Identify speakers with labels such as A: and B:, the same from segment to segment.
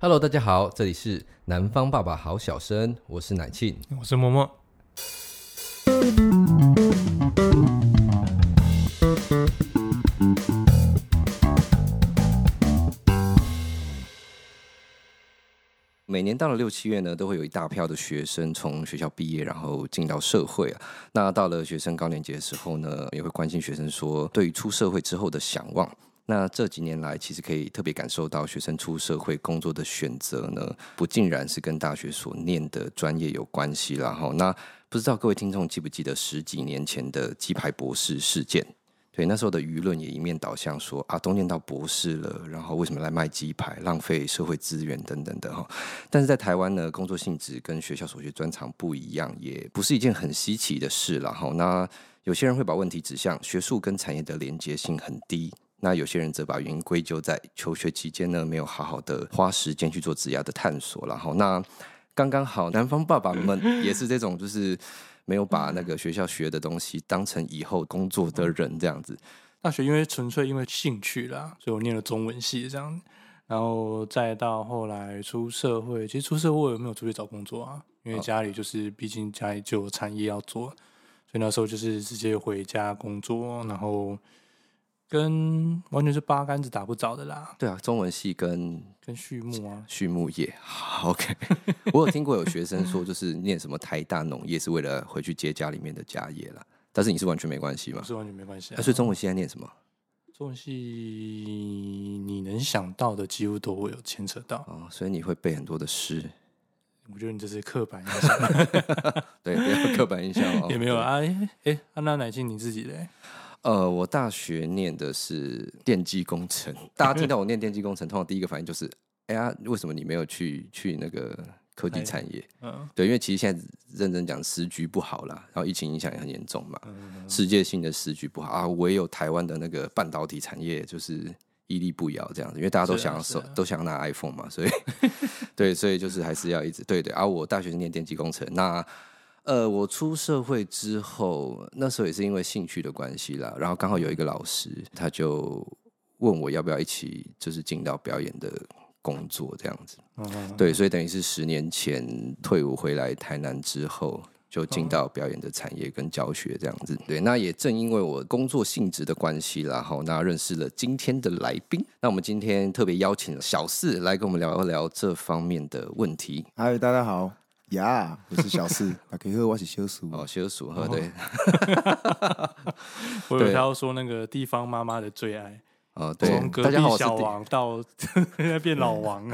A: Hello，大家好，这里是南方爸爸好小生，我是奶庆。
B: 我是默默。
A: 每年到了六七月呢，都会有一大票的学生从学校毕业，然后进到社会啊。那到了学生高年级的时候呢，也会关心学生说对于出社会之后的向往。那这几年来，其实可以特别感受到，学生出社会工作的选择呢，不尽然是跟大学所念的专业有关系啦。哈，那不知道各位听众记不记得十几年前的鸡排博士事件？对，那时候的舆论也一面倒向说啊，都念到博士了，然后为什么来卖鸡排，浪费社会资源等等的哈。但是在台湾呢，工作性质跟学校所学专长不一样，也不是一件很稀奇的事了哈。那有些人会把问题指向学术跟产业的连接性很低，那有些人则把原因归咎在求学期间呢没有好好的花时间去做职涯的探索然后那刚刚好，南方爸爸们也是这种，就是没有把那个学校学的东西当成以后工作的人这样子。
B: 大学因为纯粹因为兴趣啦，所以我念了中文系这样，然后再到后来出社会，其实出社会我也没有出去找工作啊，因为家里就是毕竟家里就有产业要做，所以那时候就是直接回家工作，然后跟完全是八竿子打不着的啦，
A: 对啊，中文系跟
B: 跟畜牧啊，
A: 畜牧业。好 OK，我有 听过有学生说，就是念什么台大农业是为了回去接家里面的家业啦。但是你是完全没关系嘛
B: 不？是完全没关系、啊
A: 啊、。所以中文系在念什么？
B: 中文系你能想到的几乎都会有牵扯到，
A: 哦，所以你会背很多的诗，
B: 我觉得你这是刻板印象，
A: 对，不要刻板印象哦。
B: 也没有啊。哎、哎，啊那乃庆你自己嘞？
A: 呃，我大学念的是电机工程，大家听到我念电机工程，通常第一个反应就是，哎呀，为什么你没有去去那个科技产业？
B: 嗯
A: 对，因为其实现在认真讲，时局不好啦，然后疫情影响也很严重嘛，
B: 嗯
A: 世界性的时局不好啊，唯有台湾的那个半导体产业就是屹立不摇这样子，因为大家都
B: 是啊
A: 想要
B: 是
A: 手、
B: 啊
A: 都想要拿 iPhone 嘛， 所以对，所以就是还是要一直对对啊，我大学是念电机工程，那呃，我出社会之后，那时候也是因为兴趣的关系啦，然后刚好有一个老师，他就问我要不要一起就是进到表演的工作这样子。
B: 嗯，
A: 对，所以等于是十年前退伍回来台南之后，就
B: 嗯
A: 进到表演的产业跟教学这样子。对，那也正因为我工作性质的关系啦，好，那认识了今天的来宾。那我们今天特别邀请了小四来跟我们聊一聊这方面的问题。
C: 嗨，大家好呀我是 小四，啊，可以喝我是小四，
A: 哦，修叔，呵对，
B: 我有
A: 对
B: 他要说那个地方妈妈的最爱，
A: 哦，对
B: 从，隔
A: 大
B: 壁
A: 家好，我是
B: 小
A: 丁。
B: 王到 现在变老 王，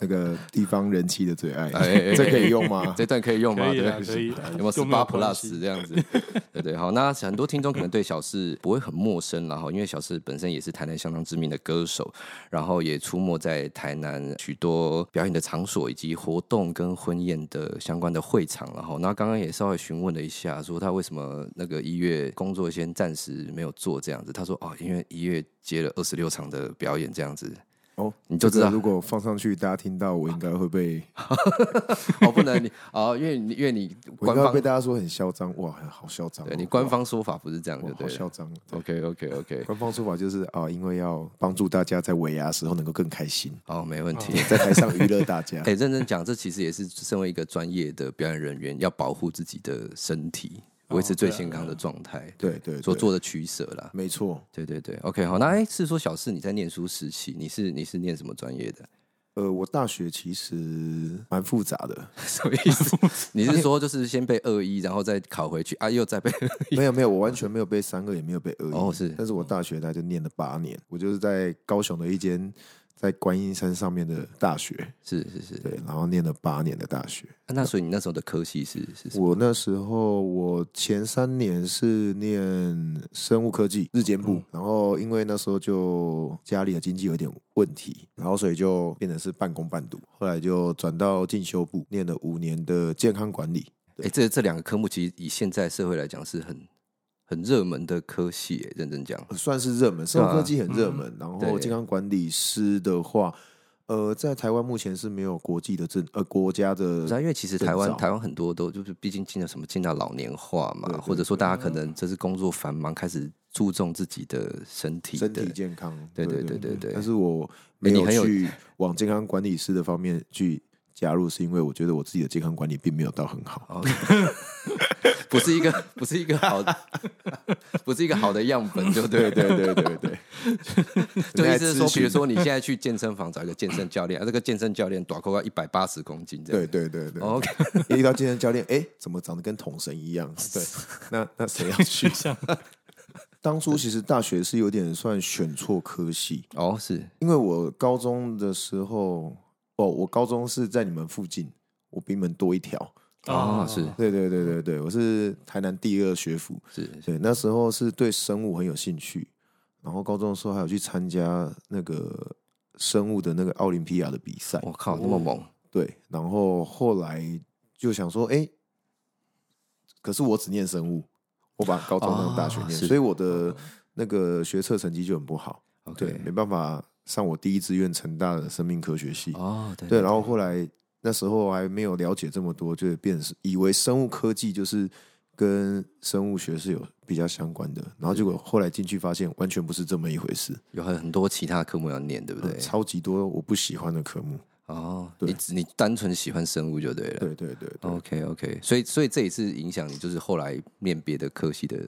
C: 那个地方人妻的最爱
A: 哎哎哎，
C: 这可以用吗？
A: 这段可以用吗？
B: 可以啦
A: 对
B: 可以啊啦
A: 有没有十
B: 就没
A: 八
B: 有关系
A: plus 这样子？ 对对，好，那很多听众可能对小四不会很陌生啦，然后因为小四本身也是台南相当知名的歌手，然后也出没在台南许多表演的场所以及活动跟婚宴的相关的会场啦，然后那刚刚也稍微询问了一下，说他为什么那个一月工作先暂时没有做这样子，他说哦，因为一月接了二十六场的表演这样子，
C: 哦，
A: 你就知道
C: 这个如果放上去，大家听到我应该会被，
A: 哦，不能你哦，因为你因为你
C: 我应
A: 官
C: 该会
A: 方
C: 被。大家说很嚣张，哇，好嚣张哦！
A: 对你官方说法不是这样
C: 哇
A: 就
C: 哇好
A: 对了
C: 嚣，张。对
A: OK OK OK，
C: 官方说法就是啊，因为要帮助大家在尾牙时候能够更开心，
A: 好，没
C: 嗯
A: 问题。
C: 在台上娱乐大家
A: 哎、。认真讲，这其实也是身为一个专业的表演人员，要保护自己的身体，维持最健康的状态，
C: 哦啊对对，
A: 所
C: 对
A: 做的取舍啦。
C: 没错。
A: 对对对，OK，好，那哎、是说小四你在念书时期，你是你是念什么专业的？
C: 呃，我大学其实蛮复杂的，
A: 什么意思？你是说就是先被二一，然后再考回去啊，又再被
C: 没有没有，我完全没有被三二，也没有被二一。
A: 哦是
C: 但是我大学大概就念了八年，我就是在高雄的一间在观音山上面的大学，
A: 是是是、
C: 对，然后念了八年的大学。
A: 啊那所以你那时候的科系是是什么？
C: 我那时候我前三年是念生物科技日间
A: 嗯
C: 部，然后因为那时候就家里的经济有点问题，然后所以就变成是半工半读，后来就转到进修部，念了五年的健康管理。
A: 哎、这这两个科目其实以现在社会来讲是很很热门的科系、哎认真讲。
C: 算是热门，生物科技很热门，然
A: 啊嗯对
C: 后健康管理师的话，呃，在台湾目前是没有国际的证，呃，国家的
A: 不是啊，因为其实台
C: 证
A: 湾
C: 照
A: 台湾很多都就是，毕竟进了什么进到老年化嘛，
C: 对对
A: 或者说大家可能这是工作繁忙，开始注重自己的身体
C: 身
A: 的
C: 体。健康，
A: 对
C: 对
A: 对对对对
C: 但是我没
A: 你
C: 有
A: 很有
C: 去往健康管理师的方面去加入，是因为我觉得我自己的健康管理并没有到很好。
A: 哦，不是一个不是一个好， 不是一个好的样本，就对
C: 对
A: 了
C: 对对对对，
A: 就意
C: 在
A: 思是
C: 咨
A: 说，比如
C: 询
A: 说你现在去健身房找一个健身教练，啊这个健身教练短扣要一百八十公斤这样。
C: 对对对对。
A: 哦，OK，
C: 一遇到健身教练，哎，怎么长得跟桶神一样？对，那那谁要
B: 去
C: 去？
B: 向
C: 当初其实大学是有点算选错科系，
A: 哦是
C: 因为我高中的时候，哦，我高中是在你们附近，我比你们多一条。
A: 哦是
C: 对对对对对，我是台南第二学府，
A: 是
C: 对，那时候是对生物很有兴趣，然后高中的时候还有去参加那个生物的那个奥林匹亚的比赛，
A: 我靠，
C: 哦
A: 那么猛，
C: 对，然后后来就想说，哎、可是我只念生物，我把高中当大学
A: 啊
C: 念，
A: 是
C: 所以我的那个学测成绩就很不好，对，
A: OK，
C: 没办法上我第一志愿成大的生命科学系，
A: 哦对
C: 对，然后后来那时候还没有了解这么多，就变成是以为生物科技就是跟生物学是有比较相关的，然后结
A: 嗯
C: 果后来进去发现完全不是这么一回事，
A: 有很很多其他科目要念，对不对？
C: 超级多我不喜欢的科目。
A: 哦，
C: 对
A: 你只你单纯喜欢生物就对了。
C: 对对对对，
A: OK OK，所以所以这也是影响你，就是后来念别的科系的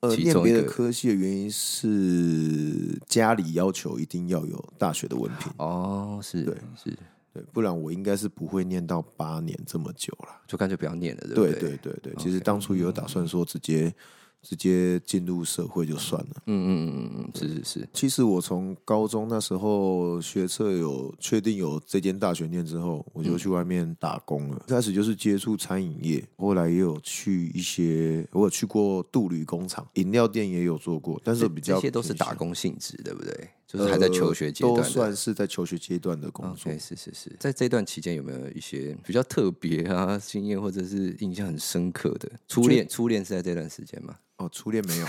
C: 呃，
A: 其
C: 念
A: 中一
C: 别的
A: 个
C: 科系的原因是家里要求一定要有大学的文凭，
A: 哦，是
C: 对
A: 是，
C: 对，不然我应该是不会念到八年这么久了。
A: 就干脆不要念了，对不
C: 对
A: 对
C: 对对对，其实当初也有打算说直接直接进入社会就算了。
A: 嗯嗯嗯嗯嗯，是是是，
C: 其实我从高中那时候学测有确定有这间大学念之后，
A: 嗯
C: 我就去外面打工了。一开始就是接触餐饮业，后来也有去一些，我有去过镀铝工厂、饮料店也有做过，但是比较
A: 这些都是
C: 偏向
A: 打，工性质，对不对？就是还在求学阶
C: 呃
A: 段
C: 都
A: 的。哎
C: 算是在求学阶段的工作
A: OK，。是是是，在这段期间有没有一些比较特别啊经验，或者是印象很深刻的初恋？初恋是在这段时间吗？
C: 哦，初恋 没有，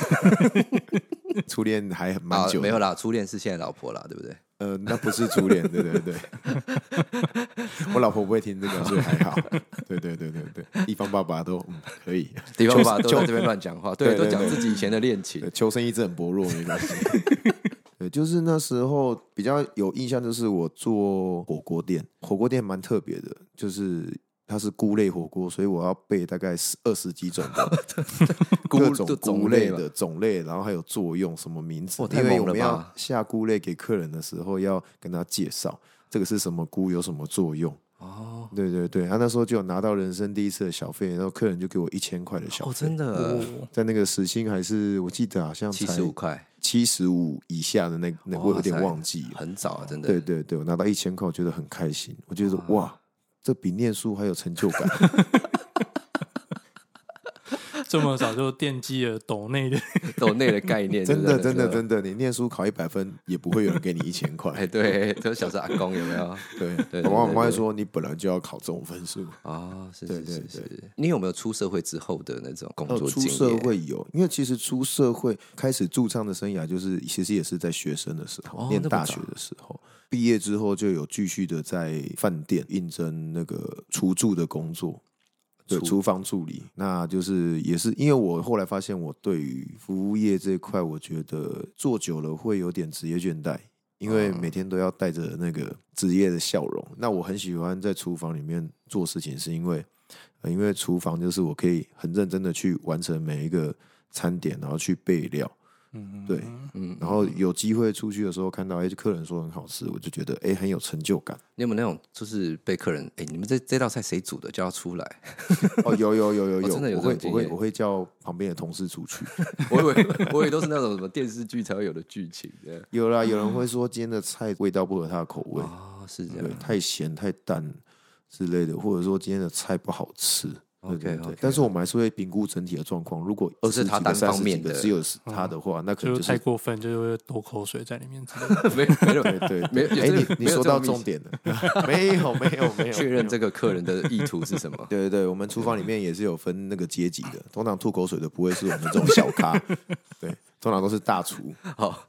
C: 初恋还很蛮
A: 啊，
C: 久的，
A: 没有啦，初恋是现在老婆啦，对不对？
C: 呃，那不是初恋，对对对。 我老婆不会听这个，所以还好。对对对对对，地方爸爸都、嗯、可以。
A: 地方爸都在这边乱讲话，对，
C: 对对
A: 都讲
C: 对
A: 自己以前的恋情
C: 对，求生意志很薄弱，没关系。 对，就是那时候比较有印象，就是我做火锅店，火锅店蛮特别的，就是它是菇类火锅，所以我要备大概十二十几种的 各种
A: 就
C: 菇
A: 种
C: 类
A: 嘛
C: 的种类，然后还有作用什么名字
A: 哇，太
C: 因为
A: 猛
C: 我
A: 了
C: 们
A: 吧
C: 要下菇类给客人的时候，要跟他介绍这个是什么菇，有什么作用。
A: 哦
C: 对对对，他那时候就有拿到人生第一次的小费，然后客人就给我一千块的小
A: 哦，
C: 费，
A: 真的
B: 哦
C: 在那个时薪还是我记得好像
A: 七
C: 才
A: 十五块，
C: 七十五以下的那那，我
A: 哇
C: 有点
A: 塞
C: 忘记了。
A: 很早啊，真的。嗯
C: 对对对，我拿到一千块，我觉得很开心，我觉得哇，这比念书还有成 就感。
B: 这么早就奠基了抖内 的，
A: 抖内的概 念，
C: 真的真的
A: 的。
C: 真的，你念书考一百分也不会有人给你一千 块。
A: 哎，对， 就小时候阿公有没有？
C: 对
A: 对对
C: 我妈我
A: 对
C: 妈会说你本来就要考这种分数。
A: 啊，是
C: 对
A: 是是
C: 对
A: 是。你有没有出社会之后的那种工
C: 呃
A: 作
C: 出
A: 经验？
C: 社会有，因为其实出社会开始驻唱的生涯，就是其实也是在学生的时候，
A: 哦
C: 念
A: 那么
C: 大
A: 早
C: 学的时候，毕业之后就有继续的在饭店应征那个厨助的工作。对，
A: 厨
C: 厨房助理，那就是也是因为我后来发现，我对于服务业这一块，我觉得做久了会有点职业倦怠，因为
B: 啊
C: 每天都要带着那个职业的笑容。那我很喜欢在厨房里面做事情，是因为呃，因为厨房就是我可以很认真的去完成每一个餐点，然后去备料，
B: 嗯，
C: 对，
A: 嗯，
C: 然后有机会出去的时候看到，哎，客人说很好吃，我就觉得哎很有成就感。
A: 你有没有那种就是被客人哎，你们这这道菜谁煮的，叫他出 来？
C: 哦，有有有 有
A: 哦真的有
C: 我
A: 这种经
C: 会我会
A: 验
C: 我会叫旁边的同事出去。
A: 我以为我以为都是那种什么电视剧才会有的剧情的。
C: 有啦，有人会说今天的菜味道不合他的口味，
A: 嗯哦，是这
C: 对，
A: 样。
C: 太咸太淡之类的，或者说今天的菜不好吃。对对
A: OK，OK
C: 对但是我们还是会评估整体的状况。如果二
A: 是
C: 十
A: 他
C: 几个、
A: 单
C: 三十
A: 方
C: 几
A: 面
C: 个
A: 的嗯
C: 只有是他的话，那可
B: 就
C: 能
B: 是
C: 就
B: 太
C: 是
B: 过分，就会多口水在里面之类的。
A: 没没有
C: 对对，
A: 没有
C: 对
A: 有
C: 哎，
A: 这个
C: 你
A: 没
C: 你
A: 有
C: 说
A: 这个
C: 到
A: 秘
C: 重
A: 辛
C: 点了，没有没有没 有
A: 确认这个客人的意图是什么？
C: 对对对，我们厨房里面也是有分那个阶级的，通常吐口水的不会是我们这种小咖， 对，通常都是大厨。
A: 好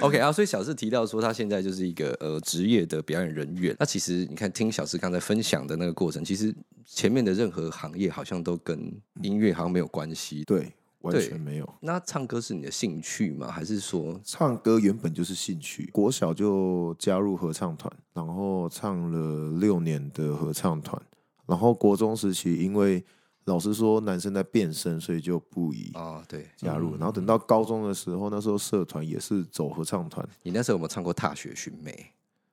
A: ，OK 啊，所以小志提到说，他现在就是一个呃职业的表演人员。那其实你看，听小志刚才分享的那个过程，其实前面的任何行业好像都跟音乐好像没有关系。
C: 对，完全没有。
A: 那唱歌是你的兴趣吗？还是说
C: 唱歌原本就是兴趣，国小就加入合唱团，然后唱了六年的合唱团，然后国中时期因为老师说男生在变声，所以就不宜
A: 啊、对
C: 加入。
B: 嗯
C: 然后等到高中的时候，那时候社团也是走合唱团，
A: 你那时候有没有唱过《踏雪寻梅》？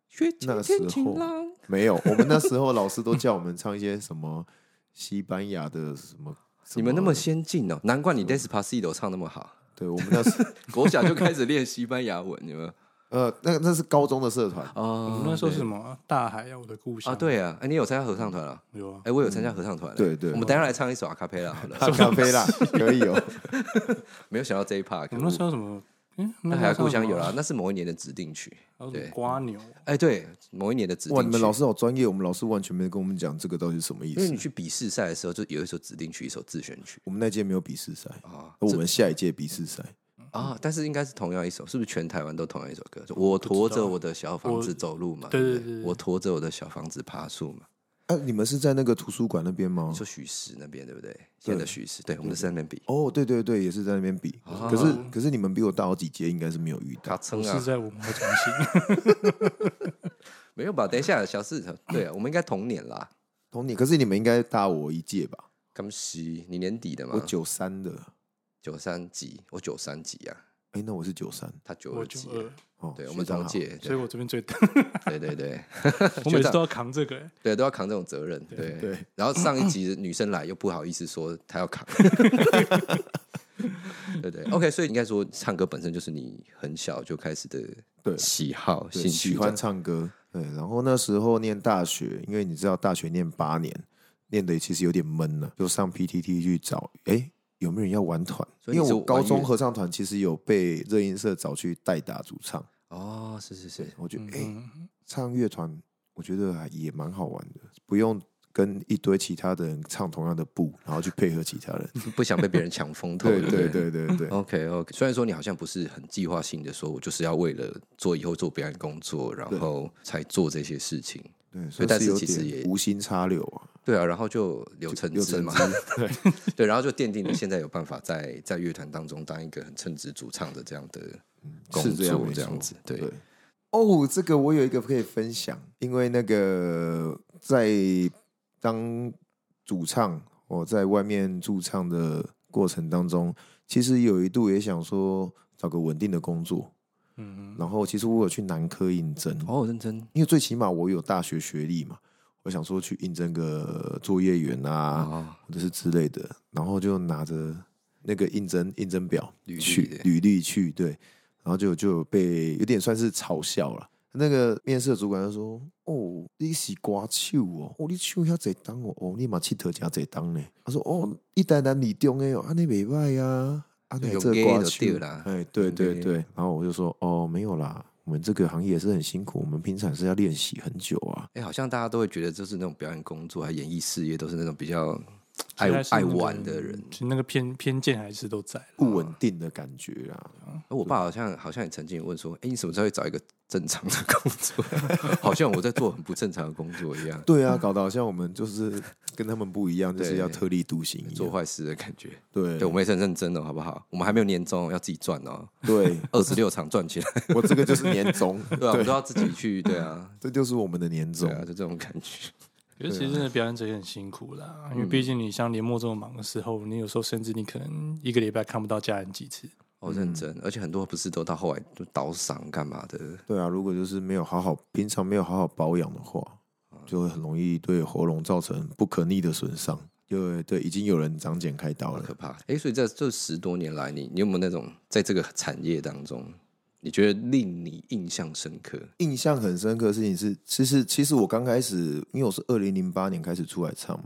A: 雪
C: 那
A: 晴
C: 时
A: 天晴
C: 候
A: 朗，
C: 没有。我们那时候老师都叫我们唱一些什么西班牙的什么。什
A: 你们那么先进哦，难怪你 Despacito 唱那么好。
C: 对我们那时
A: 国小就开始练西班牙文，你 们
C: 呃，那那是高中的社 团，
B: 我们
A: 哦
B: 那时候是什么啊大海啊，我的故乡
A: 啊，，对啊，哎，你有参加合唱团啊？
B: 有啊，
A: 哎，我有参加合唱团啊。
C: 对对
A: 我们等一下来唱一首阿卡贝拉好了。
C: 喝咖啡啦，可以哦。
A: 没有想到这一 part，
B: 我们那时候什么，嗯，
A: 那还有啊故乡有
B: 了，
A: 啦，那是某一年的指定曲。
B: 还有什
A: 对
B: 么瓜牛，
A: 哎，对，某一年的指定
C: 哇，
A: 曲。
C: 你们老师好专业，我们老师完全没跟我们讲这个到底是什么意
A: 因为
C: 思
A: 你。去比试赛的时候，就有一首指定曲，一首自选曲
C: 我们那届没有笔试赛，
A: 啊
C: 我们下一届笔试赛，
A: 啊，但是应该是同样一首，是不是全台湾都同样一首歌？就我驮着我的小房子走路嘛，
B: 啊对
A: 对
B: 对
A: 不
B: 对对
A: 我驮着我的小房子爬树嘛。
C: 啊，你们是在那个图书馆那边吗
A: 你？说许石那边对不对？现在的许石，对，我们的三连比
C: 哦，对对对，也是在那边比。
A: 啊
C: 可是可是你们比我大好几届，应该是没有遇
A: 卡
C: 到。
A: 称
B: 我是
A: 啊，
B: 在文化中 心，
A: 没有吧？等一下，小四，对啊，我们应该同年啦。
C: 同你，可是你们应该大我一届吧？
A: 刚西，你年底的嘛
C: 我？九三的，
A: 九三级，我九三级啊，
C: 哎，那我是九三
A: 他九
B: 我
A: 二
B: 就
A: 级啊，
B: 二，
C: 哦。
A: 对我们
C: 学长
A: 同
C: 好，
A: 届，
B: 所以
A: 对
B: 我这边最 大，
A: 对对对
B: 我每次都要扛这个，欸
A: 对，都要扛这种责任，对
C: 对。
A: 然后上一集女生来又不好意思说她要扛， 对对，OK，所以应该说唱歌本身就是你很小就开始的
C: 对
A: 喜好、
C: 对
A: 兴趣
C: 喜
A: 这样
C: 欢唱歌。对，然后那时候念大学，因为你知道大学念八年，念的其实有点闷了，就上 PTT 去找，哎，有没有人要玩团？
A: 所以
C: 因为
A: 你是
C: 我高
A: 玩
C: 中
A: 乐
C: 合唱团其实有被热音社找去代打主唱，
A: 哦，是是是，
C: 我觉得哎、诶
B: 嗯，
C: 唱乐团我觉得还也蛮好玩的，不用跟一堆其他的人唱同样的步，然后去配合其他人。
A: 不想被别人抢风头，
C: 对
A: 不
C: 对对对对，
A: OK OK，虽然说你好像不是很计划性的说，我就是要为了做以后做表演工作，然后才做这些事情。
C: 对，
A: 所以
C: 所以
A: 但
C: 是
A: 是
C: 有
A: 其实也
C: 点无心插柳啊。
A: 对啊，然后就柳橙汁嘛，
C: 对
A: 对，然后就奠定
C: 嗯
A: 了现在有办法在在乐团当中当一个很称职主唱的这样的工
C: 是这样
A: 作，
C: 没
A: 这样
C: 错
A: 子。对，
C: 对哦，这个我有一个可以分享，因为那个在当主唱，我在外面驻唱的过程当中，其实有一度也想说找个稳定的工作，
B: 嗯，
C: 然后其实我有去南科应征，
A: 哦，认真
C: 因为最起码我有大学学历嘛，我想说去应征个作业员啊，
A: 啊，
C: 或者是之类的，然后就拿着那个应征应征表
A: 履历
C: 去
A: 对
C: 履历去，对，然后就就被有点算是嘲笑了。那个面试的主管就说：“哦，你是歌手哦，哦，你手遐侪当哦，哦，你嘛佚佗诚侪当呢。”他说：“哦，一代男女中诶哦，安尼袂歹啊，安尼
A: 有
C: 这个
A: gay
C: 歌
A: 就
C: 手
A: 对啦
C: 哎，对对
A: 对
C: 对。然后我就说：“哦，没有啦，我们这个行业也是很辛苦，我们平常是要练习很久啊。
A: 哎，好像大家都会觉得，就是那种表演工作还演艺事业，都是那种比较爱
B: 现在是
A: 爱
B: 那个
A: 玩的
C: 嗯
A: 人。
B: 其实那个偏偏见还是都在啦，
A: 哦
C: 不稳定的感觉啊，
A: 而我爸好像好像也曾经有问说，哎，你什么时候会找一个正常的工作？ 好像我在做很不正常的工作一样。
C: 对啊，搞得好像我们就是跟他们不一样，就是要特立独行一样
A: 做坏事的感觉。
C: 对
A: 对，我们也是很认真的，哦好不好？我们还没有年终，要自己赚哦，
C: 对，
A: 二十六场赚起来，
C: 我这个就是年终，
A: 对啊，我们都要自己去，对啊，
C: 这就是我们的年
A: 对
C: 终
A: 啊，。就这种感觉。
B: 可
C: 啊
B: 是其实真的表演者也很辛苦啦，
C: 嗯
B: 因为毕竟你像年末这么忙的时候，你有时候甚至你可能一个礼拜看不到家人几次。
A: 哦，认真，而且很多不是都到后来就倒嗓干嘛的，
C: 对啊，如果就是没有好好平常没有好好保养的话，
A: 嗯
C: 就会很容易对喉咙造成不可逆的损伤。对对，已经有人长茧开刀
A: 好
C: 了
A: 可。怕。哎，所以在这十多年来，你你有没有那种在这个产业当中，你觉得令你印象深刻？
C: 印象很深刻的事情是，其实其实我刚开始，因为我是二零零八年开始出来唱嘛，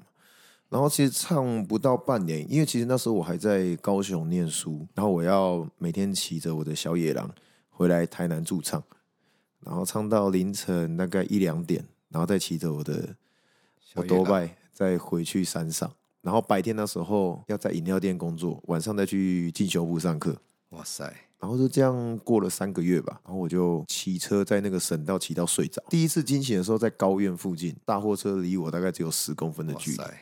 C: 然后其实唱不到半年，因为其实那时候我还在高雄念书，然后我要每天骑着我的小野狼回来台南驻唱，然后唱到凌晨大概一两点，然后再骑着我的我
A: 小野
C: 多
A: 狼
C: 拜再回去山上，然后白天那时候要在饮料店工作，晚上再去进修部上课，
A: 哇塞，
C: 然后就这样过了三个月吧，然后我就骑车在那个省道骑到睡着。第一次惊醒的时候在高院附近，大货车离我大概只有十公分的
A: 哇
C: 距离，
A: 塞，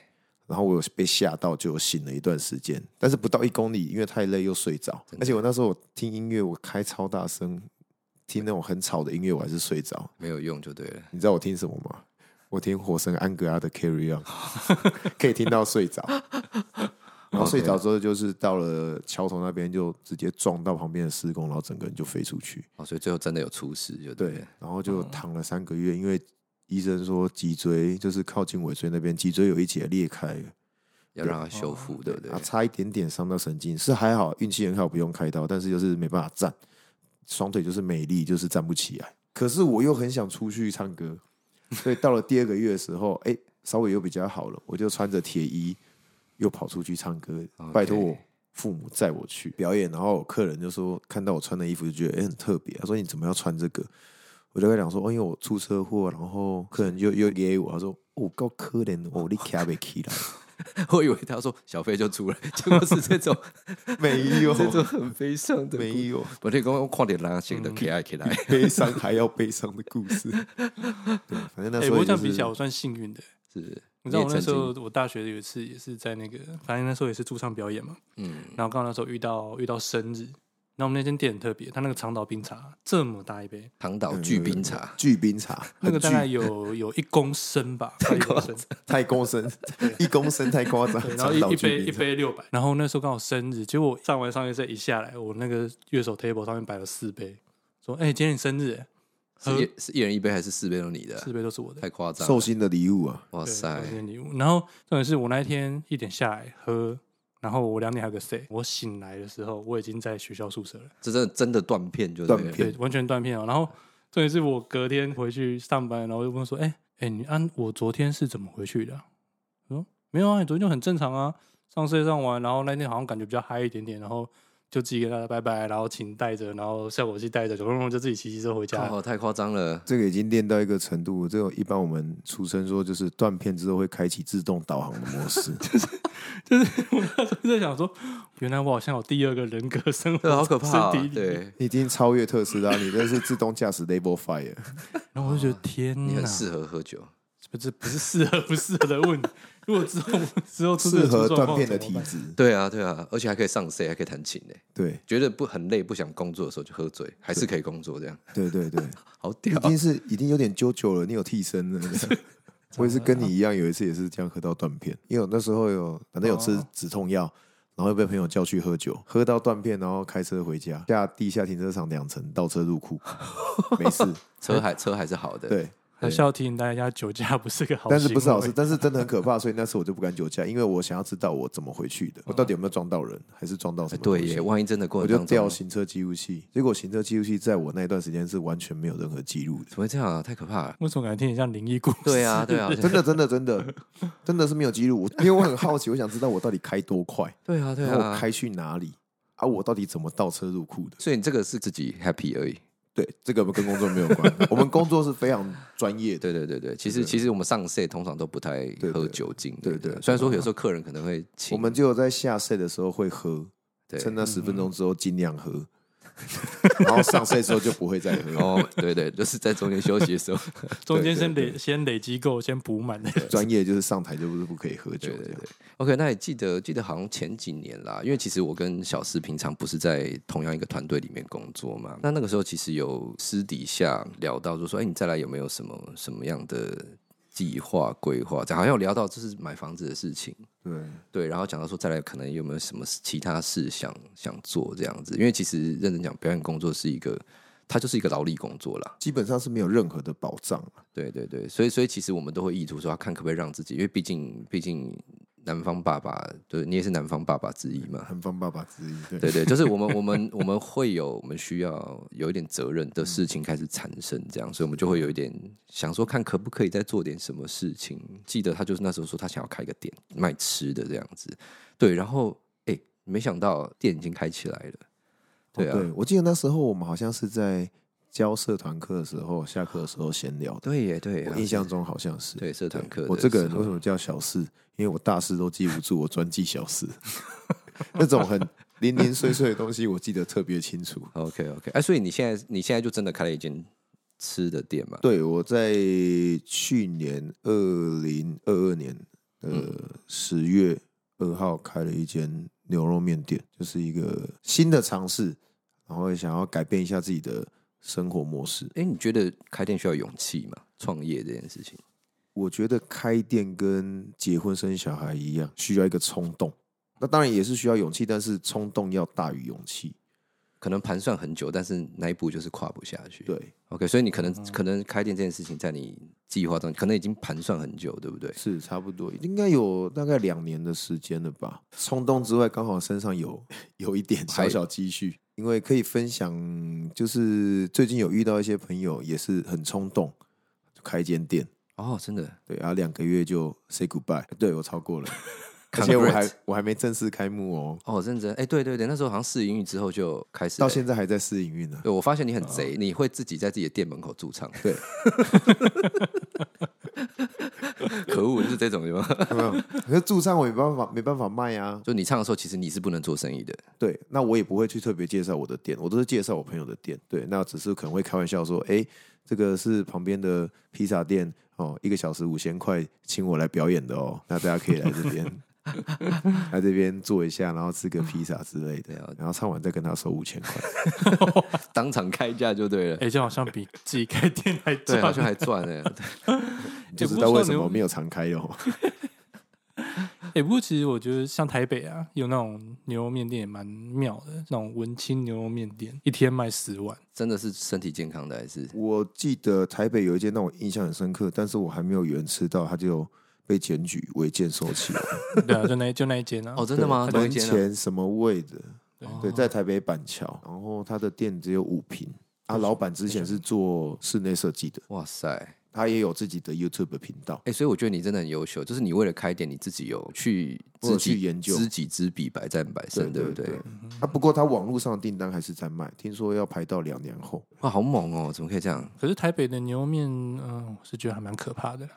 C: 然后我有被吓到，就醒了一段时间，但是不到一公里，因为太累又睡着。
A: 真的
C: 而且我那时候我听音乐，我开超大声，听那种很吵的音乐，我还是睡着。
A: 没有用就对了。
C: 你知道我听什么吗？我听火神安格拉的《Carry On》，可以听到睡着。然后睡着之后，就是到了桥头那边，就直接撞到旁边的施工，然后整个人就飞出去。
A: 哦，所以最后真的有出事就对
C: 对
A: 了。，
C: 然后就躺了三个月，因为医生说脊椎就是靠近尾椎那边，脊椎有一节裂开了，
A: 要让它修复，对不对
C: 啊，？差一点点伤到神经，是还好，运气很好，不用开刀，但是就是没办法站，双腿就是没力，就是站不起来。可是我又很想出去唱歌，所以到了第二个月的时候，哎、稍微又比较好了，我就穿着铁衣又跑出去唱歌，
A: OK
C: 拜托我。父母载我去表演，然后客人就说看到我穿的衣服就觉得哎、诶很特别，他说你怎么要穿这个？我就跟他讲说哦，因为我出车祸，然后客人就又给我，他说哦够可怜哦，你卡不起 来。
A: 我以为他说小费就出来， 结果是这种
C: 没 有，
A: 这种很悲伤的。
C: 没嗯有
A: 我这刚刚看点拉线的 K I K I，
C: 悲伤还要悲伤的故事。对，反正那
B: 哎，
C: 时
B: 不
C: 候
B: 过这
C: 就
B: 样比
C: 是
B: 起来，我算幸运的。
A: 是
B: 你知道我那
A: 也
B: 时
A: 曾
B: 候
A: 经，
B: 我大学有一次也是在那个，反正那时候也是驻唱表演嘛，
A: 嗯，
B: 然后刚好那时候遇到遇到生日，那我们那间店很特别，它那个长岛冰茶这么大一杯，
A: 唐岛巨冰茶，
C: 巨冰茶，
B: 那个
C: 很
B: 大
C: 巨
B: 概有有一公升 吧，快一公升，
C: 太公升，一公升太夸张
B: 对，然后
C: 长岛
B: 一一杯
C: 巨
B: 一
C: 冰茶。
B: 杯六百，然后那时候刚好生日，结果我上完商业赛一下来，我那个乐手 table 上面摆了四杯，说：“哎、今天你生日耶，
A: 是一是一人一杯还是四杯都你的
C: 啊
B: 四？杯都是我的。
A: 太夸张了！
C: 寿星的礼物啊，
A: 哇
B: 对
A: 塞
B: 我，生日礼物。然后重点是我那一天一点下来喝，然后我两点还有个 stay，我醒来的时候我已经在学校宿舍了，
A: 这真的真的断片就
C: 断
A: 对
C: 片
A: 了。
B: 对，完全断片哦。然后重点是我隔天回去上班，然后我就问说：“哎、哎、你按、我昨天是怎么回去的啊、我说：“没有啊，你昨天就很正常啊，上车上完，然后那天好像感觉比较嗨一点点，然后就自己跟大家拜拜，然后琴带着，然后效果器带着，咚咚咚就自己骑机车回家。
A: 靠，太夸张了！
C: 这个已经练到一个程度，这种一般我们俗称说就是断片之后会开启自动导航的模 式。
B: 就是我那时候在想说，原来我好像有第二个人格生活
A: 对，
B: 在
A: 好可怕、
B: 身
A: 啊
B: 体！里。
A: 对，
C: 你已经超越特斯拉，你这是自动驾驶 Level Five 了。
B: 然后我就觉得天
A: 你
B: 哪
A: 很，适合喝酒。
B: 不是不是适合不适合的问题。 如果之后之后出这
C: 适
B: 个
C: 合
B: 状况
C: 断片的
B: 怎么
C: 体
B: 办
C: 质。
A: 对啊，对啊，而且还可以上 C，还可以弹琴呢。
C: 对
A: 觉得不很累、不想工作的时候就喝醉，还是可以工作，这样
C: 对对对，
A: 好
C: 已
A: 屌。
C: 经是已经有点啾啾了，你有替身了。 我也是跟你一样，有一次也是这样喝到断片，因为我那时候有反正有吃止痛药，然后又被朋友叫去喝酒，喝到断片，然后开车回家，下地下停车场两层倒车入库，没事，
A: 车还车还是好的，，
C: 对，
B: 还是要提醒大家，酒驾不是个好，欸
C: 但是不是好事，。但是真的很可怕，所以那次我就不敢酒驾，因为我想要知道我怎么回去的，我到底有没有撞到人，还是撞到什
A: 哎
C: 么东
A: 对
C: 西？
A: 耶，万一真的过
C: 我
A: 程
C: 就
A: 当
C: 调
A: 中
C: 行车记录器，结果行车记录器在我那一段时间是完全没有任何记录的。
A: 怎么会这样啊？太可怕了。
B: 为什么感觉听起来像灵异故事？
A: 对啊， 对啊，
C: 真的，真的，真的，真的是没有记录。我因为我很好奇，我想知道我到底开多快，
A: 对啊，对
C: 然后我
A: 啊。
C: 开去哪里啊？我到底怎么倒车入库的？
A: 所以你这个是自己 happy 而已。
C: 对，这个跟工作没有关。我们工作是非常专业的，
A: 对对对对，其实
C: 对
A: 其实我们上 C 通常都不太
C: 对
A: 喝
C: 对
A: 酒精，
C: 对
A: 对
C: 对
A: 虽然说有时候客人可能会请，
C: 我们只有在下赛的时候会喝，
A: 对嗯
C: 趁那十分钟之后尽量喝，然后上赛之后就不会再喝。
A: 哦，对对，就是在中间休息的时候，
B: 中间先
C: 对对
B: 累先累积够，先补满的。
C: 专业就是上台就是不可以喝酒
A: 对
C: 这
A: 对
C: 样
A: 对。OK，那也记得记得好像前几年啦，因为其实我跟小四平常不是在同样一个团队里面工作嘛，那那个时候其实有私底下聊到，就说，哎、你再来有没有什么什么样的计划规划？这样好像有聊到就是买房子的事情。
C: 对，
A: 对，然后讲到说再来可能有没有什么其他事想想做这样子，因为其实认真讲，表演工作是一个，它就是一个劳力工作啦。
C: 基本上是没有任何的保障。
A: 对对对，所以所以其实我们都会意图说，要看可不可以让自己，因为毕竟毕竟南方爸爸，就是你也是南方爸爸之一嘛。
C: 韩方爸爸之一，对
A: 对对，就是我们我们我们会有我们需要有一点责任的事情开始产生，这样，所以我们就会有一点想说，看可不可以再做点什么事情。记得他就是那时候说他想要开一个店卖吃的这样子，对，然后哎，没想到店已经开起来了，对啊，
C: 哦我记得那时候我们好像是在教社团课的时候，下课的时候闲聊的。
A: 对耶对耶，
C: 我印象中好像是。
A: 对社团课，
C: 我这个人为什么叫小事？因为我大事都记不住，我专记小事。 那种很零零碎碎的东西，我记得特别清楚。
A: OK OK，哎、所以你现在你现在就真的开了一间吃的店嘛？
C: 对，我在去年二零二二年呃
A: 嗯
C: 十月二号开了一间牛肉面店，就是一个新的尝试，然后也想要改变一下自己的生活模式。
A: 哎，你觉得开店需要勇气吗？创业这件事情，
C: 我觉得开店跟结婚生小孩一样，需要一个冲动。那当然也是需要勇气，但是冲动要大于勇气。
A: 可能盘算很久，但是那一步就是跨不下去。
C: 对，嗯
A: ，OK，所以你可能、可能开店这件事情，在你计划中，可能已经盘算很久，对不对？
C: 是差不多，应该有大概两年的时间了吧。冲动之外，刚好身上有 有一点小
A: 还
C: 小积蓄，因为可以分享，就是最近有遇到一些朋友也是很冲动，就开一间店，
A: 哦，真的，
C: 对，然后两个月就 say goodbye，对我超 过了，而
A: Congrats
C: 且我还我还没正式开幕哦，
A: 哦，认真，哎，对对对，那时候好像试营运之后就开始了，
C: 到现在还在试营运呢。
A: 对我发现你很贼，你会自己在自己的店门口驻唱，
C: 对，
A: 可恶，就是这种对吧？
C: 有没有， 可是驻唱我没办法，没办法卖啊。
A: 就你唱的时候，其实你是不能做生意的，
C: 对，那我也不会去特别介绍我的店，我都是介绍我朋友的店。对，那只是可能会开玩笑说，哎，这个是旁边的披萨店哦，一个小时五千块，请我来表演的 哦。那大家可以来这 边，来这边坐一下，然后吃个披萨之类的
A: 对啊，
C: 然后唱完再跟他收五千 块。
A: 当场开价就对了。
B: 哎、这样好像比自己开店还
A: 对，
B: 赚。
A: 好像还赚哎、 对
C: 你就
B: 也不
C: 知
B: 是
C: 道
B: 说
C: 为
B: 你
C: 什么
B: 们
C: 没有常开哦。
B: 哎、不过其实我觉得像台北啊，有那种牛肉面店也蛮妙的，那种文青牛肉面店，一天卖十碗，
A: 真的是身体健康的还是？
C: 我记得台北有一间让我印象很深刻，但是我还没有缘吃到，他就被检举违建收起来。
B: 对啊，就那就那一间啊。
A: 哦，真的吗？
C: 对
A: 同一
C: 门
A: 间啊
C: 前什么位的？
A: 哦
C: 对，在台北板桥，然后他的店只有五平。啊，老板之前是做室内设计的，
A: 哇塞，哎、
C: 他也有自己的 YouTube 频道。
A: 所以我觉得你真的很优秀，就是你为了开店，你自己有去
C: 我
A: 自
C: 有
A: 己
C: 去研究
A: 知己知彼，百战百胜，对不对？
C: 啊，不过他网络上的订单还是在卖，听说要排到两 年后。
A: 哇，好猛哦！怎么可以这样？
B: 可是台北的牛肉面，嗯、我是觉得还蛮可怕的啦。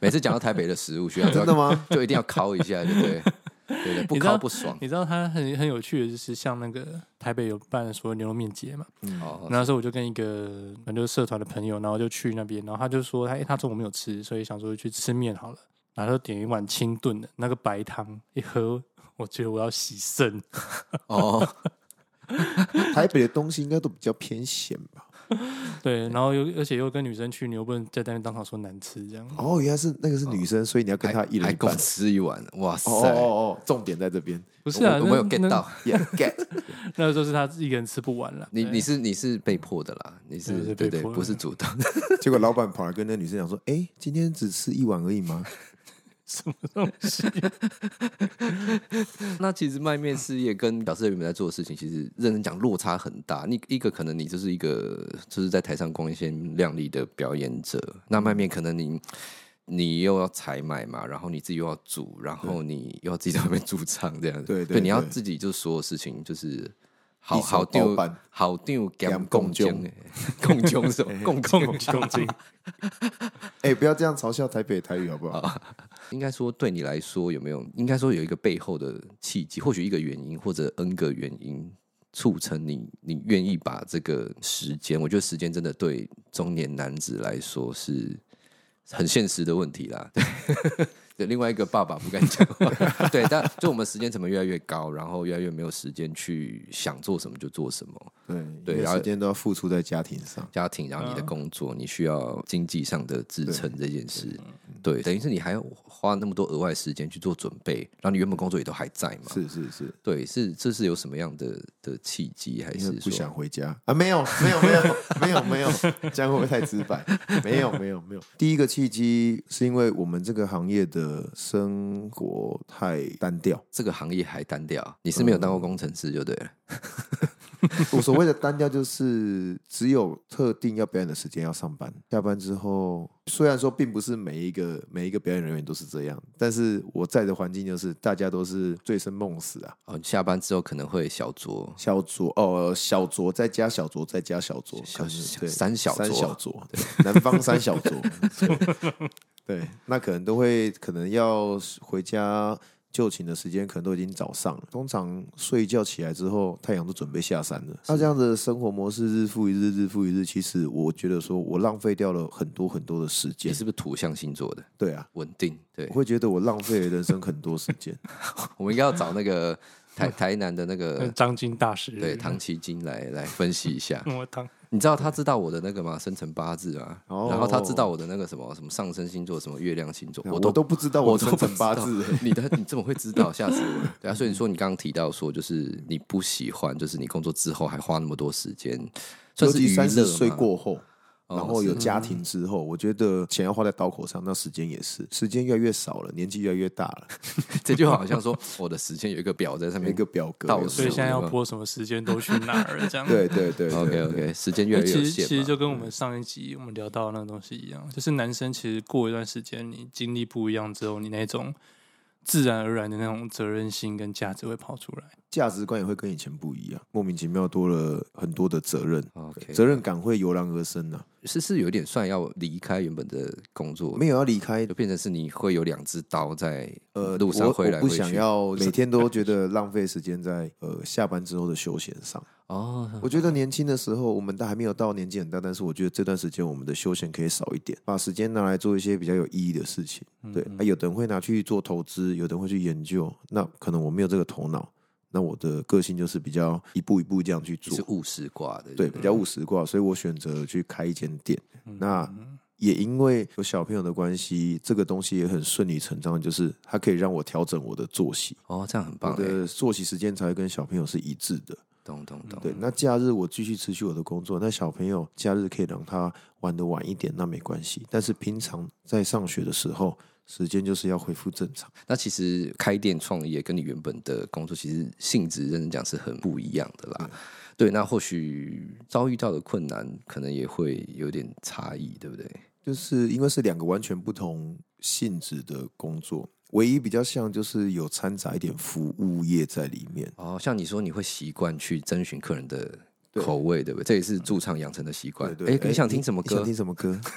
A: 每次讲到台北的食物，需要
C: 真的吗？
A: 就一定要敲一下，对不对？对的，不
B: 你知
A: 敲
B: 道
A: 不爽。
B: 你知道它很很有趣的，就是像那个台北有办所谓牛肉面节嘛，
A: 哦，
B: 那时候我就跟一个反正就是社团的朋友，然后就去那边，然后他就说，哎，他中午没有吃，所以想说去吃面好了，然后就点一碗清炖的那个白汤，一喝，我觉得我要洗 肾。
A: 哦，
C: 台北的东西应该都比较偏咸吧？
B: 对，然后又而且又跟女生去，你又不能在那边当场说难吃这样。
C: 哦，原来是那个是女生，所以你要跟
A: 还
C: 他一人
A: 还
C: 一
A: 够
C: 半。
A: 吃一碗，哇塞！
C: 哦哦哦，哦重点在这边。
B: 不是啊，
A: 我我
B: 那
A: 我有 get 到。
C: Yeah, get
B: 那，那时候是他一个人吃不完了。
A: 你
B: 对
A: 你是你是被迫的啦，你是
B: 对是
A: 对
B: 被
A: 对，
B: 迫的
A: 不是主动。
C: 结果老板跑来跟那女生讲说：“哎，今天只吃一碗而已吗
B: 什么东西？
A: 那其实卖面事业跟表示原本在做的事情，其实认真讲落差很大。你一个可能你就是一个就是在台上光鲜亮丽的表演者，那卖
C: 嗯
A: 面可能你你又要采买嘛，然后你自己又要煮，然后你又要自己在外面 驻唱这样子，
C: 对对
A: 对，你要
C: 对
A: 自己就所有事情就是。好
C: 一手
A: 好
C: 包
A: 丢
C: 办
A: 好丢，给
C: 兼
A: 共
C: 共
A: 穷， 共穷什 么？共
B: 共
A: 穷
B: 共进，？”
C: 哎，不要这样嘲笑台北的台语好不
A: 哦
C: 好？
A: 应该说，对你来说有没有？应该说有一个背后的契机，或许一个原因，或者 N 个原因，促成你你愿意把这个时间，我觉得时间真的对中年男子来说是很现实的问题啦。对，对另外一个爸爸不敢讲话，对，但就我们时间成本越来越高，然后越来越没有时间去想做什么就做什么。
C: 对
A: 对
C: 因为
A: 然后
C: 时间都要付出在家庭上。
A: 家庭，然后你
C: 嗯
A: 的工作，你需要经济上的支撑这件事，对，等于是你还要花那么多额外时间去做准备，然后你原本工作也都还在嘛，
C: 是是是，
A: 对，是这是有什么样的的契机，还
C: 因
A: 是
C: 为
A: 说
C: 不想回家啊？没有，没有，没有，没有，没有，这样会不会太直白？没有，没有，没有。第一个契机是因为我们这个行业的生活太单调。
A: 这个行业还单调？你是没有
C: 嗯
A: 当过工程师就对了，
C: 我所谓的单调，就是只有特定要表演的时间要上班，下班之后，虽然说并不是每一个每一个表演人员都是这样，但是我在的环境就是大家都是醉生梦死啊，
A: 哦，下班之后可能会小酌，
C: 小酌哦，小酌再加小酌再加小酌，
A: 小
C: 可是
A: 小
C: 对
A: 三小酌啊
C: 三小酌，对，南方 三小酌，对对，那可能都会可能要回家就寝的时间可能都已经早上了，通常睡一觉起来之后，太阳都准备下山了。那这样的生活模式日复一日，日复一日，其实我觉得说我浪费掉了很多很多的时
A: 你
C: 间。
A: 是不是土象星座的？
C: 对啊，
A: 稳定，对
C: 我，会觉得我浪费了人生很多时间。
A: 我们应该要找那个台 台南的那
B: 那
A: 个
B: 张金大师
A: 对唐奇金来来分析一下。
B: 我唐
A: 你知道他知道我的那个吗？生辰八字啊，
C: 哦
A: 然后他知道我的那个什么什么上升星座、什么月亮星座，
C: 啊我
A: 都
C: 都不知道
A: 我
C: 我
A: 都
C: 生
A: 不
C: 辰八
A: 知道
C: 字欸。
A: 你的你怎么会知道？吓死我了！对啊，所以你说你刚刚提到说，就是你不喜欢，就是你工作之后还花那么多时间，算
C: 尤
A: 是
C: 其
A: 娱
C: 三十
A: 乐
C: 岁
A: 吗，
C: 过后，
A: 哦
C: 然后有家庭之后，我觉得钱要花在刀口上，那时间也是，时间越来越少了，年纪越来越大了，
A: 这就好像说我的时间有一个表在上
C: 每
A: 面
C: 个。表格
A: 倒
C: 有
A: 数
B: 所以
C: 时
B: 现在
C: 间
B: 要播什么时间都去哪儿 了这样。
C: 对对对
A: OK
C: 对
A: OK，时间
B: 因
A: 越
B: 为
A: 来越
B: 其
A: 有
B: 实
A: 限
B: 其
A: 嘛。
B: 实就跟我们上一集我们聊到的那个东西一样，就是男生其实过一段时间，你经历不一样之后，你那种自然而然的那种责任心跟价值会跑出来。
C: 价值观也会跟以前不一样，莫名其妙多了很多的责任，
A: OK，
C: 责任感会油然而生呐、
A: 是是有点算要离开原本的工作，
C: 没有要离开
A: 就。变成是你会有两只刀在
C: 呃，
A: 路上
C: 我
A: 挥来挥
C: 我不
A: 去。
C: 想要每天都觉得浪费时间在呃下班之后的休闲上。
A: 哦，
C: 我觉得年轻的时候，我们都还没有到年纪很大，但是我觉得这段时间我们的休闲可以少一点，把时间拿来做一些比较有意义的事情。
B: 嗯
C: 对，啊有的人会拿去做投资，有的人会去研究。那可能我没有这个头脑，那我的个性就是比较一步一步这样去
A: 你
C: 做
A: 是，务实挂的，
C: 对，比较务实挂，所以我选择去开一间店。
B: 嗯
C: 那也因为有小朋友的关系，这个东西也很顺理成章，就是它可以让我调整我的作息，
A: 哦，这样很棒
C: 我
A: 哎，
C: 的作息时间才会跟小朋友是一致的。
A: 懂懂懂，
C: 对，那假日我继续持续我的工作，那小朋友假日可以让他玩的晚一点，那没关系。但是平常在上学的时候，时间就是要恢复正常。
A: 那其实开店创业跟你原本的工作其实性质，认真讲是很不一样的啦。对，那或许遭遇到的困难可能也会有点差异，对不对？
C: 就是因为是两个完全不同性质的工作，唯一比较像就是有掺杂一点服务业在里面。
A: 哦，像你说你会习惯去征询客人的口味，对不对？这也是驻唱养成的习惯。
C: 嗯对
A: 哎，
C: 对，
A: 你想听什么
C: 你想
A: 歌？
C: 听什么歌？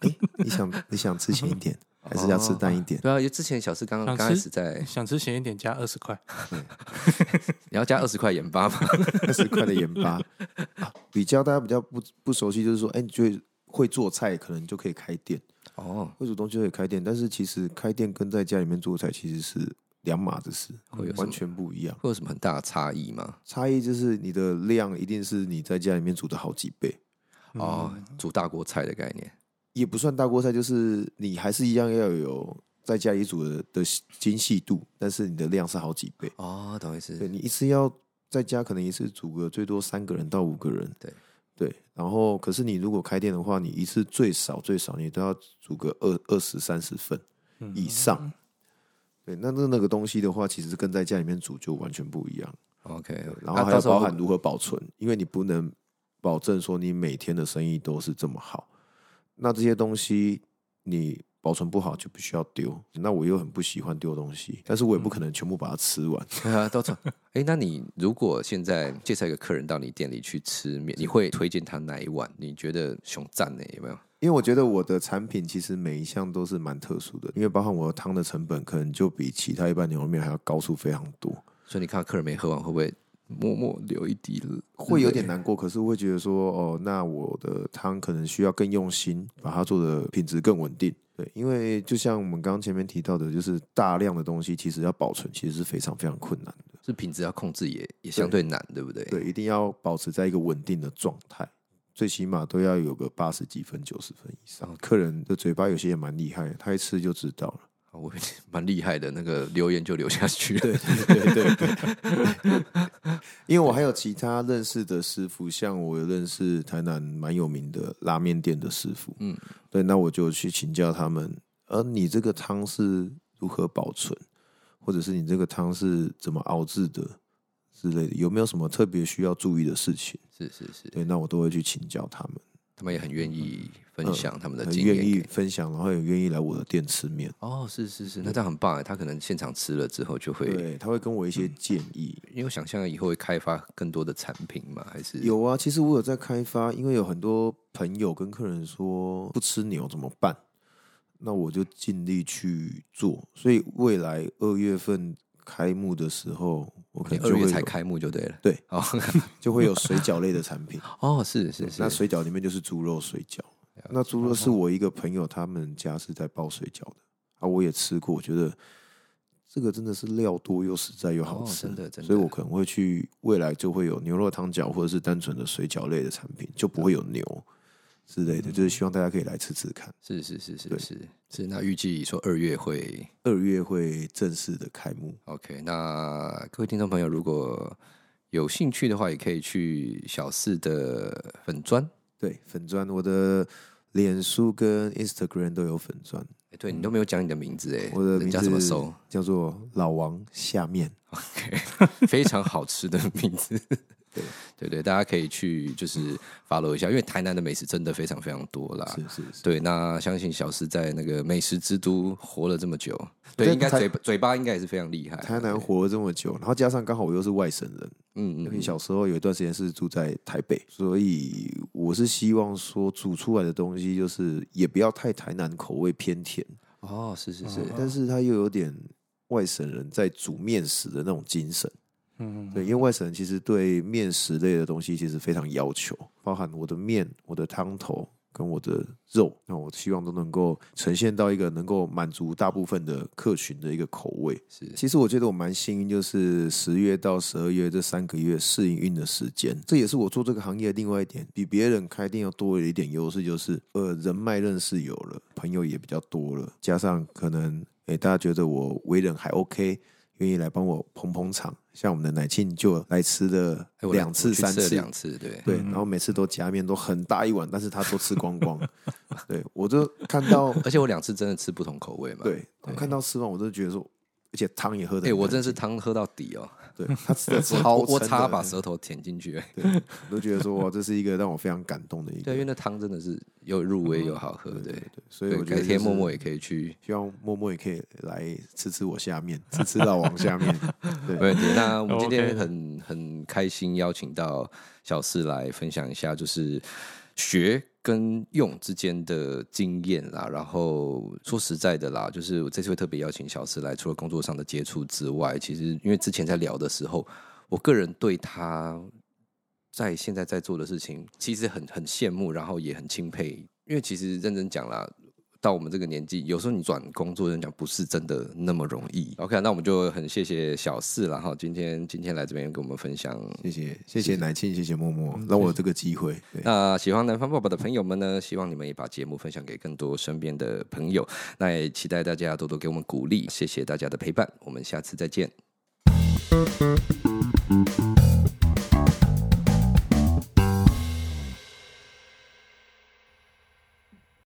C: 哎，你想你想吃咸一 点，
A: 哦
C: 还是要吃淡一点？
A: 对啊，因为之前小四刚刚
B: 想吃
A: 刚开始在，
B: 想吃咸一点，加二十块。
A: 你要加二十块盐 巴嘛？
C: 二十块的盐巴、啊比较大家比较不不熟悉，就是说，哎、你觉得会做菜，可能就可以开店，
A: 哦，
C: 会煮东西就可以开店。但是其实开店跟在家里面做菜其实是两码子事，
A: 会有什么
C: 完全不一样。
A: 会有什么很大的差异吗？
C: 差异就是你的量一定是你在家里面煮的好几倍，
A: 哦，煮大锅菜的概念。
C: 也不算大锅菜，就是你还是一样要有在家里煮的的精细度，但是你的量是好几倍。
A: 哦，懂意思。
C: 对你一次要在家可能一次煮个最多三个人到五个人，
A: 对
C: 对。然后可是你如果开店的话，你一次最少最少你都要煮个二二十三十份
B: 嗯
C: 以上。对，那那那个东西的话，其实跟在家里面煮就完全不一样。
A: OK，
C: 然
A: 那
C: 后还
A: 到
C: 要
A: 时候
C: 包含如何保存，因为你不能保证说你每天的生意都是这么好。那这些东西你保存不好就必须要丢。那我又很不喜欢丢东西，但是
A: 嗯
C: 我也不可能全部把它吃完。
A: 对啊， 都错。哎，那你如果现在介绍一个客人到你店里去吃面，你会推荐他哪一碗？你觉得熊赞呢？有没有？
C: 因为我觉得我的产品其实每一项都是蛮特殊的，因为包含我的汤的成本可能就比其他一般牛肉面还要高出非常多，
A: 所以你看到客人没喝完，会不会默默流一滴泪？
C: 会有点难过。可是我会觉得说，哦，那我的汤可能需要更用心，把它做的品质更稳定。对，因为就像我们刚刚前面提到的，就是大量的东西其实要保存，其实是非常非常困难的。
A: 是品质要控制也也相对难，对不对？
C: 对，一定要保持在一个稳定的状态，最起码都要有个八十几分、九十分以上。客人的嘴巴有些也蛮厉害的，他一吃就知道了。
A: 好，我蛮厉害的，那个留言就留下去了。
C: 对对对对，因为我还有其他认识的师傅，像我有认识台南蛮有名的拉面店的师傅，嗯，对，那我就去请教他们，而、你这个汤是如何保存，或者是你这个汤是怎么熬制的之类的，有没有什么特别需要注意的事情？
A: 是是是，
C: 对，那我都会去请教他们，
A: 他们也很愿意分享他们的
C: 很
A: 经验
C: 愿意
A: 给。
C: 分享，然后也愿意来我的店吃面，
A: 哦，是是是，那这样很棒哎！他可能现场吃了之后就会，
C: 对，他会嗯跟我一些建议，
A: 因为想象以后会开发更多的产品嘛，还是
C: 有啊，其实我有在开发，因为有很多朋友跟客人说不吃牛怎么办？那我就尽力去做。所以未来二月份开幕的时候，我可
A: 你
C: 能
A: 二
C: 就
A: 月
C: 会
A: 才
C: 有
A: 开幕就对了。
C: 对
A: 哦
C: 就会有水饺类的产品。
A: 哦，是 是是
C: 嗯
A: 哦
C: 那，水饺里面就是猪肉水饺。那猪肉是
A: 嗯
C: 我一个朋友他们家是在包水饺的啊，我也吃过，我觉得这个真的是料多又实在又好
A: 哦
C: 吃，
A: 真的真的
C: 所以我可能会去未来就会有牛肉汤饺或者是单纯的水饺类的产品，就不会有牛之类的，
A: 嗯
C: 就是希望大家可以来吃吃看。
A: 是是是是
C: 对
A: 是是。那预计说二月会
C: 二月会正式的开幕，
A: OK，那各位听众朋友，如果有兴趣的话，也可以去小四的粉砖。
C: 对粉砖，我的脸书跟 Instagram 都有粉砖，
A: 诶哎对你都没有讲你的名字哎，
C: 嗯我的
A: 人
C: 名
A: 家
C: 字
A: 怎么搜？
C: 叫做老王下面。
A: 非常好吃的名字。 对对，大家可以去就是 follow 一下，因为台南的美食真的非常非常多啦。
C: 是是是，
A: 对，那相信小四在那个美食之都活了这么久，对，
C: 在
A: 应该
C: 台
A: 嘴巴嘴巴应该也是非常厉害。
C: 台南活了这么久，然后加上刚好我又是外省人，
A: 嗯
C: 因
A: 嗯
C: 为小时候有一段时间是住在台北，所以我是希望说煮出来的东西就是也不要太台南口味偏甜，
A: 哦，是是是
C: 对，但是它又有点外省人在煮面食的那种精神，
B: 嗯，
C: 对，因为外省人其实对面食类的东西其实非常要求，包含我的面、我的汤头跟我的肉，那我希望都能够呈现到一个能够满足大部分的客群的一个口味。
A: 是
C: 其实我觉得我蛮幸运，就是十月到十二月这三个月试营运的时间，这也是我做这个行业的另外一点，比别人开店要多了一点优势，就是呃人脉认识有了，朋友也比较多了，加上可能诶大家觉得我为人还 OK，愿意来帮我捧捧场，像我们的奶庆就来吃了
A: 哎我来
C: 两
A: 我
C: 次
A: 去嗯
C: 三
A: 吃了
C: 次。
A: 两次，对，
C: 对，然后每次都加面都很大一碗，但是他都吃光光。对我就看 到，
A: 而且我两次真的吃不同口味嘛。
C: 对我看到吃完，我都觉得说，而且汤也喝的。
A: 哎，我真的是汤喝到底 哦。
C: 对他吃的超
A: 我我
C: 撑
A: 差
C: 的
A: 把舌头舔进去，欸
C: 对，都觉得说哇，这是一个让我非常感动的一个。
A: 对，因为那汤真的是又入味又好喝，嗯对
C: 对，所以
A: 对，
C: 我觉得
A: 改天默默也
C: 也
A: 可以去，
C: 希望默默也可以来吃吃我下面，吃吃老王下 面。
A: 没问题。那我们今
B: OK
A: 天很很开心邀请到小四来分享一下，就是学。跟用之间的经验啦，然后说实在的啦，就是我这次会特别邀请小四来，除了工作上的接触之外，其实因为之前在聊的时候，我个人对他在现在在做的事情，其实很很羡慕，然后也很钦佩。因为其实认真讲啦，到我们这个年纪，有时候你转工作，认真讲不是真的那么容易。OK，那我们就很谢谢小四啦，哈，今天今天来这边跟我们分享。
C: 谢谢谢谢奶庆，谢谢默
A: 嗯
C: 默，让我有这个机会。对，
A: 那喜欢南方爸爸的朋友们呢，希望你们也把节目分享给更多身边的朋友。那也期待大家多多给我们鼓励，谢谢大家的陪伴，我们下次再见。